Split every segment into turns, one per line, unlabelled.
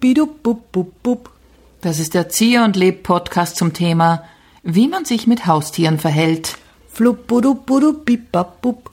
Fluppiduppiduppupupup.
Das ist der Zieh und Leb Podcast zum Thema, wie man sich mit Haustieren verhält.
Fluppuduppiduppipapup.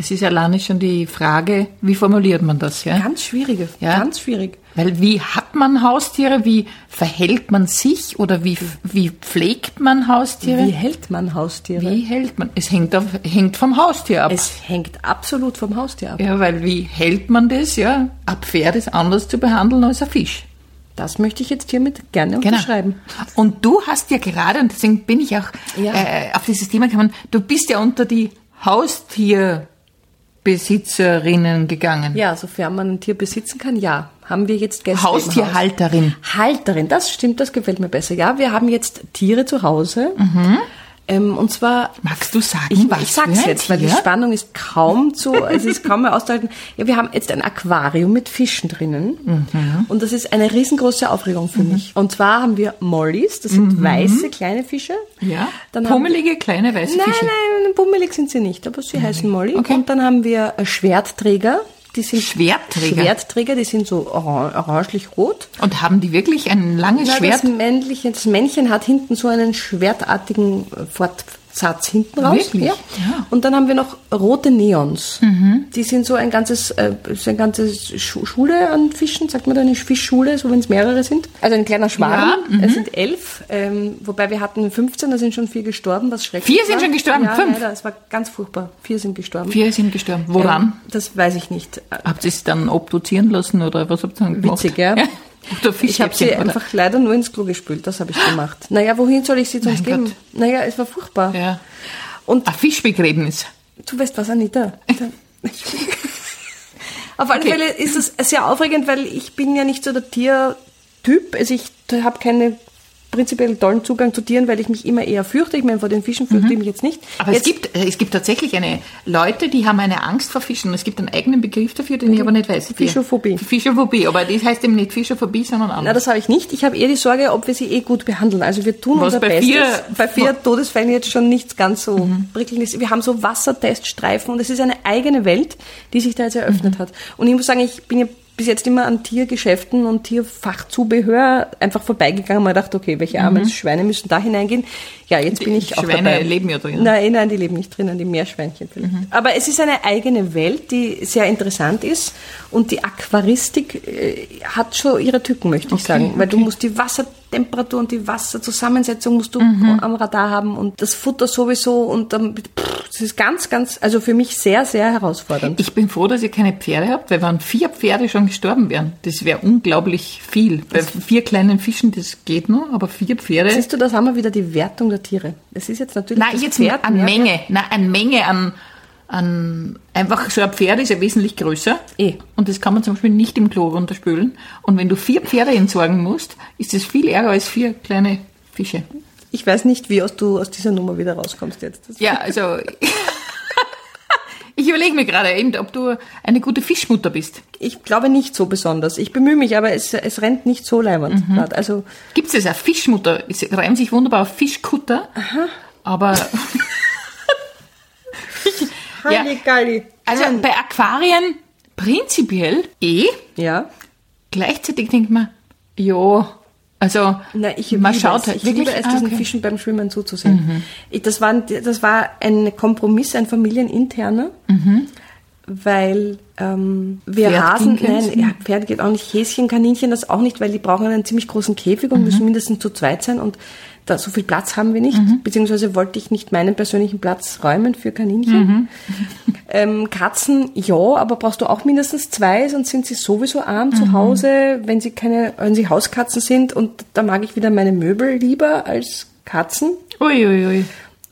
Es ist alleine schon die Frage, wie formuliert man das, ja?
Ganz schwierige,
Ja.
ganz schwierig.
Weil wie hat man Haustiere, wie verhält man sich oder wie, wie pflegt man Haustiere?
Wie
Wie,
hält man Haustiere?
hält man? Es hängt, auf, hängt vom Haustier ab.
Es hängt absolut vom Haustier ab.
ja, weil wie hält man das, ja? Ein Pferd ist anders zu behandeln als ein Fisch.
Das möchte ich jetzt hiermit gerne unterschreiben.
Genau. Und du hast ja gerade, und deswegen bin ich auch
Ja.
äh, auf dieses Thema gekommen, du bist ja unter die Haustierbesitzerinnen gegangen.
Ja, sofern man ein Tier besitzen kann, ja. Haben wir jetzt Gäste im Haus.
Haustierhalterin.
Halterin, das stimmt, das gefällt mir besser. Ja, wir haben jetzt Tiere zu Hause. Ähm, und zwar,
Magst du sagen,
ich,
was
ich sag's
für ein
jetzt, weil die
Tier?
Spannung ist kaum zu, es ist kaum mehr auszuhalten. Ja, wir haben jetzt ein Aquarium mit Fischen drinnen.
Mhm.
Und das ist eine riesengroße Aufregung für mich. Und zwar haben wir Mollies, das sind weiße kleine Fische.
Mhm. Ja.
Dann haben-
Pummelige kleine weiße
Nein,
Fische.
nein, bummelig sind sie nicht, aber sie heißen Molly.
Okay.
Und dann haben wir äh, Schwertträger. Die sind
Schwertträger?
Schwertträger, die sind so oran orangelich-rot.
Und haben die wirklich ein langes
Na,
Schwert?
Das, männliche, das Männchen hat hinten so einen schwertartigen äh, Fortsatz hinten raus.
Wirklich?
Ja.
Ja. Mhm.
Und dann haben wir noch rote Neons. Die sind so ein ganzes, äh, so ein ganzes Schu Schule an Fischen, sagt man da eine Fischschule, so wenn es mehrere sind. Also ein kleiner Schwarm.
mhm.
Es sind elf, ähm, wobei wir hatten 15, da sind schon vier gestorben, was schrecklich
Vier sind
war.
schon gestorben?
Ja,
Fünf?
leider, es war ganz furchtbar. Vier sind gestorben.
Vier sind gestorben. Woran?
Ähm, das weiß ich nicht.
Habt ihr sie dann obduzieren lassen oder was habt ihr dann gemacht?
Witzig, ja.
Oder
Ich habe sie
Fischstäbchen, oder? Ah.
einfach leider nur ins Klo gespült, das habe ich gemacht. Naja, wohin soll ich sie sonst
Mein
geben?
Gott.
Naja, es war furchtbar.
Ja.
Und
Ein Fischbegräbnis.
du weißt was, Anita? Da- Auf alle
Okay.
Fälle ist es sehr aufregend, weil ich bin ja nicht so der Tiertyp. Also ich habe keinen prinzipiell tollen Zugang zu Tieren, weil ich mich immer eher fürchte. Ich meine, vor den Fischen fürchte ich mich jetzt nicht.
Mhm. Aber
jetzt,
es gibt, äh, es gibt tatsächlich eine Leute, die haben eine Angst vor Fischen. Es gibt einen eigenen Begriff dafür, den ich aber nicht weiß.
Fischophobie.
Fischophobie, aber das heißt eben nicht Fischophobie, sondern anders.
Na, das habe ich nicht. Ich habe eher die Sorge, ob wir sie eh gut behandeln. Also wir tun
Was
unser
bei
Bestes.
vier- Mhm.
bei vier Todesfällen jetzt schon nicht ganz so prickelnd ist. Wir haben so Wasserteststreifen und es ist eine eigene Welt, die sich da jetzt eröffnet
Mhm.
hat. Und ich muss sagen, ich bin ja bis jetzt immer an Tiergeschäften und Tierfachzubehör einfach vorbeigegangen. Man dachte, okay, welche armen Schweine müssen da hineingehen? Ja, jetzt bin ich auch
Mhm. Schweine
dabei.
leben ja drin.
Nein, nein, die leben nicht drinnen, die Meerschweinchen vielleicht.
Mhm.
Aber es ist eine eigene Welt, die sehr interessant ist und die Aquaristik äh, hat schon ihre Tücken, möchte ich sagen, weil du musst die Wassertemperatur und die Wasserzusammensetzung musst du
Mhm.
am Radar haben und das Futter sowieso und dann pff, das ist ganz, ganz, also für mich sehr, sehr herausfordernd.
ich bin froh, dass ihr keine Pferde habt, weil wenn vier Pferde schon gestorben wären, das wäre unglaublich viel. Bei vier kleinen Fischen, das geht noch, aber vier Pferde...
Siehst du, das haben wir wieder die Wertung der Tiere. Es ist jetzt natürlich
Nein,
das
jetzt
Pferd
an
mehr-
Menge. Nein, an Menge an, an einfach so ein Pferd ist ja wesentlich größer.
Eh.
Und das kann man zum Beispiel nicht im Klo runterspülen. Und wenn du vier Pferde entsorgen musst, ist das viel ärger als vier kleine Fische.
Ich weiß nicht, wie aus du aus dieser Nummer wieder rauskommst jetzt. Das
Ja, also ich überlege mir gerade eben, ob du eine gute Fischmutter bist.
Ich glaube nicht so besonders. Ich bemühe mich, aber es, es rennt nicht so
Mhm.
leimend. grad. Also
Gibt es das auch? Fischmutter. Es reimt sich wunderbar auf Fischkutter. Aha. Aber Ja.
Halligalli.
also bei Aquarien prinzipiell eh.
Ja.
gleichzeitig denkt man, ja, also
Na, ich
man
liebe
schaut
es.
halt
ich
wirklich Mhm.
liebe es,
ah,
diesen
okay.
Fischen beim Schwimmen zuzusehen. Ich, das, war, das war ein Kompromiss, ein familieninterner, weil ähm, wir
Pferd
Hasen,
ging keins.
nein, ja, Pferd geht auch nicht, Häschen, Kaninchen das auch nicht, weil die brauchen einen ziemlich großen Käfig und müssen mindestens zu zweit sein und da, so viel Platz haben wir nicht, beziehungsweise wollte ich nicht meinen persönlichen Platz räumen für Kaninchen. Ähm, Katzen, ja, aber brauchst du auch mindestens zwei, sonst sind sie sowieso arm zu Hause, wenn sie keine, wenn sie Hauskatzen sind. Und da mag ich wieder meine Möbel lieber als Katzen.
Uiuiui. Ui, ui.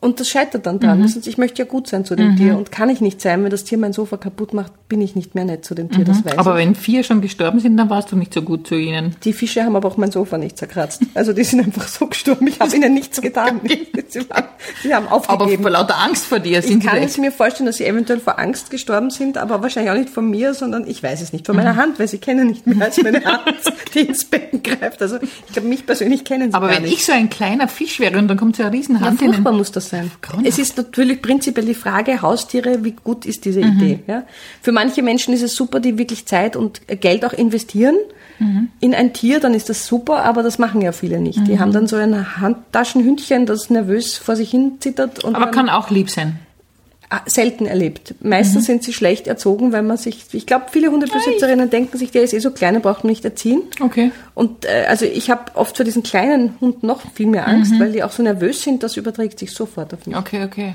Und das scheitert dann
Mhm.
dran. Sonst, Ich möchte ja gut sein zu dem Tier und kann ich nicht sein. Wenn das Tier mein Sofa kaputt macht, bin ich nicht mehr nett zu dem Tier, das weiß
Mhm. Aber
ich.
wenn vier schon gestorben sind, dann warst du nicht so gut zu ihnen.
Also Die Fische haben aber auch mein Sofa nicht zerkratzt. Also die sind einfach so gestorben. Ich habe ihnen nichts getan. Sie haben, sie haben
Aber
aufgegeben.
vor lauter Angst vor dir
Ich
sind sie
kann
weg.
es mir vorstellen, dass sie eventuell vor Angst gestorben sind, aber wahrscheinlich auch nicht von mir, sondern ich weiß es nicht,
Mhm.
von meiner Hand, weil sie kennen nicht mehr als meine Hand, die ins Becken greift. Also ich glaube, mich persönlich kennen sie
Aber
gar
wenn
nicht.
ich so ein kleiner Fisch wäre und dann kommt so eine
ja,
Riesenhand in den-
furchtbar muss das sein.
Grauenhaft.
Es ist natürlich prinzipiell die Frage, Haustiere, wie gut ist diese Idee? Ja? Für manche Menschen ist es super, die wirklich Zeit und Geld auch investieren. in ein Tier, dann ist das super, aber das machen ja viele nicht. Die haben dann so ein Handtaschenhündchen, das nervös vor sich hin zittert und
Aber
dann-
kann auch lieb sein.
Ah, selten erlebt. Meistens sind sie schlecht erzogen, weil man sich, ich glaube, viele Hundebesitzerinnen denken sich, der ist eh so klein, der braucht man nicht erziehen.
Okay.
Und äh, also ich habe oft vor diesen kleinen Hunden noch viel mehr Angst, weil die auch so nervös sind, das überträgt sich sofort auf mich.
Okay, okay.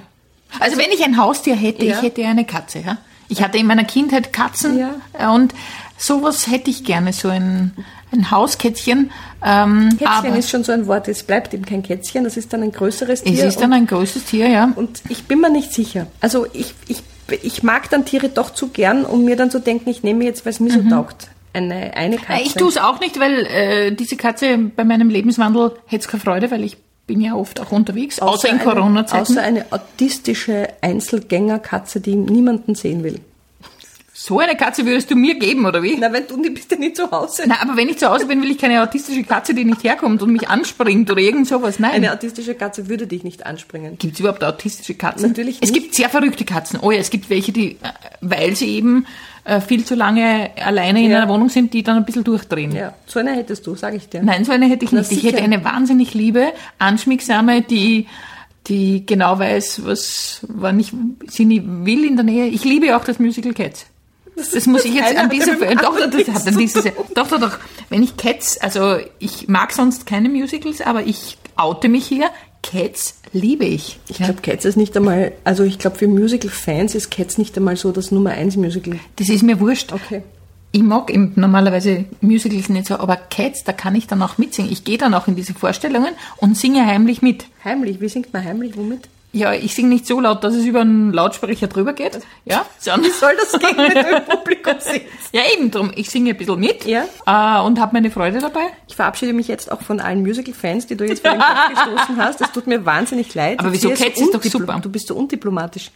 Also wenn ich ein Haustier hätte,
Ja.
ich hätte eine Katze, ja. Ich hatte in meiner Kindheit Katzen
Ja.
äh, und sowas hätte ich gerne, so ein, ein Hauskätzchen. Ähm,
Kätzchen
aber
ist schon so ein Wort, es bleibt eben kein Kätzchen, das ist dann ein größeres
es
Tier.
ist dann ein großes Tier, ja.
Und ich bin mir nicht sicher. Also ich, ich, ich mag dann Tiere doch zu gern, um mir dann zu denken, ich nehme jetzt, weil es mir so taugt, eine, eine Katze.
Mhm. Äh, Ich tue es auch nicht, weil äh, diese Katze bei meinem Lebenswandel hätte es keine Freude, weil ich bin ja oft auch unterwegs, außer, in
eine- Außer
Corona-Zeiten.
eine autistische Einzelgängerkatze, die niemanden sehen will.
So eine Katze würdest du mir geben, oder wie?
Na, wenn du die bitte nicht zu Hause.
Na, aber wenn ich zu Hause bin, will ich keine autistische Katze, die nicht herkommt und mich anspringt oder irgend sowas. Nein.
Eine autistische Katze würde dich nicht anspringen.
Gibt es überhaupt autistische Katzen?
Natürlich
Es
nicht.
gibt sehr verrückte Katzen. Oh ja, es gibt welche, die, äh, weil sie eben äh, viel zu lange alleine in
Ja.
einer Wohnung sind, die dann ein bisschen durchdrehen.
Ja, so eine hättest du, sage ich dir.
Nein, so eine hätte ich
Na,
nicht. Ich
sicher.
hätte eine wahnsinnig liebe, anschmiegsame, die, die genau weiß, was, wann ich sie nie will in der Nähe. Ich liebe ja auch das Musical Cats. Das, muss ich jetzt
eine
an
hat
dieser
mit dem
äh, doch,
anderen
das hat an
nichts zu
dieses, doch, doch, doch. Wenn ich Cats, also ich mag sonst keine Musicals, aber ich oute mich hier. Cats liebe ich.
Ich glaube, Cats ist nicht einmal, also ich glaube, für Musical-Fans ist Cats nicht einmal so das Nummer 1 Musical.
Das ist mir wurscht.
Okay.
Ich mag eben normalerweise Musicals nicht so, aber Cats, da kann ich dann auch mitsingen. Ich gehe dann auch in diese Vorstellungen und singe heimlich mit.
Heimlich, wie singt man heimlich, womit?
Ja, ich singe nicht so laut, dass es über einen Lautsprecher drüber geht. Ja, sondern
Soll das gehen, wenn du im Publikum singst?
ja eben drum. Ich singe ein bisschen mit
Ja.
äh, und habe meine Freude dabei.
Ich verabschiede mich jetzt auch von allen Musical-Fans, die du jetzt vor den Kopf gestoßen hast. Es tut mir wahnsinnig leid.
Aber
Ich
wieso?
sehe es
Cats ist doch
undiplo-
super.
Du bist so undiplomatisch.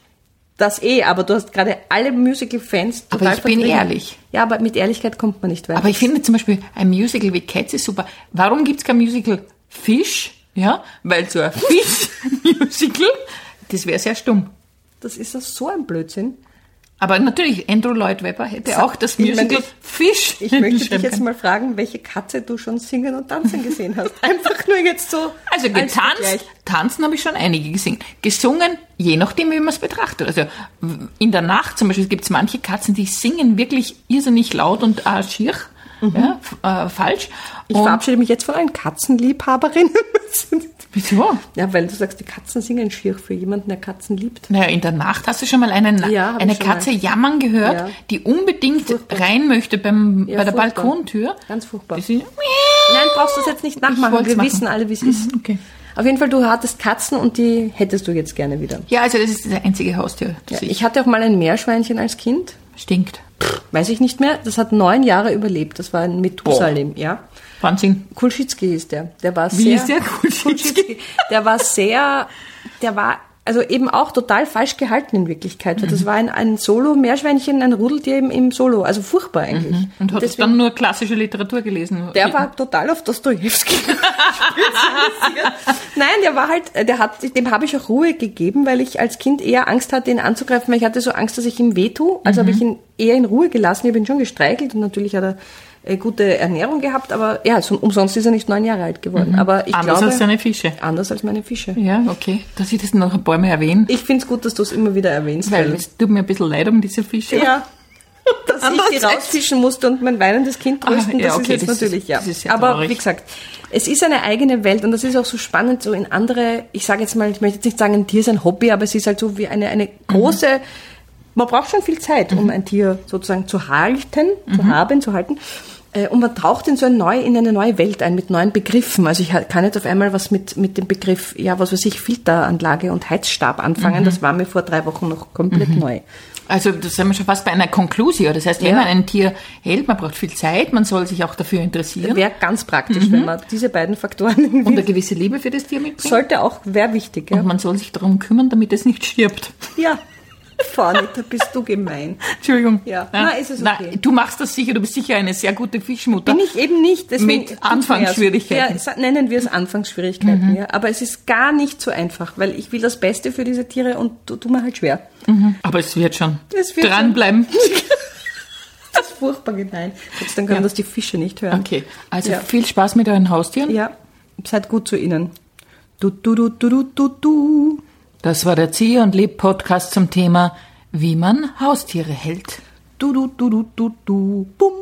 Das eh, aber du hast gerade alle Musical-Fans
Aber
total
ich bin
vertrieben.
ehrlich.
Ja, aber mit Ehrlichkeit kommt man nicht weiter.
Aber ich finde zum Beispiel ein Musical wie Cats ist super. Warum gibt's kein Musical Fisch? Ja, weil so ein Fisch-Musical, das wäre sehr stumm.
das ist doch so ein Blödsinn.
Aber natürlich, Andrew Lloyd Webber hätte
Sa-
auch das
Ich meine,
Musical Fisch.
Ich möchte dich
schreiben
jetzt
können.
mal fragen, welche Katze du schon singen und tanzen gesehen hast. Einfach nur jetzt so.
Also
als
getanzt,
Vergleich.
tanzen habe ich schon einige gesehen. Gesungen, je nachdem, wie man es betrachtet. Also w- in der Nacht zum Beispiel gibt es manche Katzen, die singen wirklich irrsinnig laut und äh, schier, ja, f- äh, falsch.
Mhm. Ich
und,
verabschiede mich jetzt von allen Katzenliebhaberinnen.
Wieso?
ja, weil du sagst, die Katzen singen schier für jemanden, der Katzen liebt.
Naja, in der Nacht hast du schon mal eine, Na-
Ja, hab ich
eine
schon mal.
Katze jammern gehört,
Ja.
die unbedingt rein möchte beim,
Ja,
bei der
furchtbar.
Balkontür.
Ganz furchtbar.
Die sind,
Nein, brauchst du es jetzt nicht nachmachen.
wollt's
Wir
machen.
wissen alle, wie es ist.
okay.
Auf jeden Fall, du hattest Katzen und die hättest du jetzt gerne wieder.
Ja, also das ist das einzige Haustier,
Ja,
das ich
ich hatte auch mal ein Meerschweinchen als Kind.
stinkt.
Weiß ich nicht mehr. Das hat neun Jahre überlebt. Das war ein Methusalem, ja.
Wahnsinn.
Kulschitzki ist der. Der war
Wie
sehr.
ist der Kulschitzki?
Der war sehr, der war also eben auch total falsch gehalten in Wirklichkeit. Weil Das war ein, ein Solo-Meerschweinchen, ein Rudeltier im, im Solo. Also furchtbar eigentlich.
Und hat
Deswegen-
dann nur klassische Literatur gelesen.
der war total auf Dostoevsky spezialisiert. Nein, der war halt, äh, der hat, dem habe ich auch Ruhe gegeben, weil ich als Kind eher Angst hatte, ihn anzugreifen, weil ich hatte so Angst, dass ich ihm weh tue. Also habe
Mhm.
ich ihn eher in Ruhe gelassen. Ich habe ihn schon gestreichelt und natürlich hat er äh, gute Ernährung gehabt, aber ja, so, umsonst ist er nicht neun Jahre alt geworden. Aber ich
Mhm. Anders
glaube,
als seine Fische.
anders als meine Fische.
Ja, okay. Dass ich das noch ein paar Mal erwähne,
Ich finde es gut, dass du es immer wieder erwähnst.
weil es tut mir ein bisschen leid um diese Fische.
ja. Dass ich die
Andererseits-
rausfischen musste und mein weinendes Kind trösten,
Ah, ja,
das
okay,
ist jetzt
das ist-
natürlich, ja.
das ist sehr
Aber
traurig.
wie gesagt, es ist eine eigene Welt und das ist auch so spannend, so in andere, ich sage jetzt mal, ich möchte jetzt nicht sagen, ein Tier ist ein Hobby, aber es ist halt so wie eine, eine große,
Mhm.
man braucht schon viel Zeit, um ein Tier sozusagen zu halten,
Mhm.
zu haben, zu halten. Äh, Und man taucht in so ein neu, in eine neue Welt ein mit neuen Begriffen. Also ich ha- kann jetzt auf einmal was mit, mit dem Begriff, ja, was weiß ich, Filteranlage und Heizstab
Mhm.
anfangen. Das war mir vor drei Wochen noch komplett neu.
Also das sind wir schon fast bei einer Konklusio. Das heißt, wenn
Ja.
man ein Tier hält, man braucht viel Zeit, man soll sich auch dafür interessieren
Wäre ganz praktisch, wenn man diese beiden Faktoren
und eine
irgendwie
gewisse Liebe für das Tier mitbringen.
sollte auch, wäre wichtig. Ja,
und man soll sich darum kümmern, damit es nicht stirbt.
ja. vorne, da bist du gemein.
Entschuldigung.
Ja.
Na,
Na, ist es okay.
du machst das sicher, du bist sicher eine sehr gute Fischmutter.
Bin ich eben nicht. deswegen
Mit
tut's mir
Anfangsschwierigkeiten.
erst- Ja, sa- nennen wir es Anfangsschwierigkeiten, ja. Aber es ist gar nicht so einfach, weil ich will das Beste für diese Tiere und tu, tu mir halt schwer.
Aber es wird schon.
Es wird
Dranbleiben.
Das furchtbar gemein. Jetzt dann können das die Fische nicht hören.
Okay, also
Ja.
viel Spaß mit euren Haustieren.
Ja, seid gut zu ihnen. Du, du, du, du, du, du, du.
Das war der Zieh und Leb Podcast zum Thema, wie man Haustiere hält.
Du, du, du, du, du, du. Bum.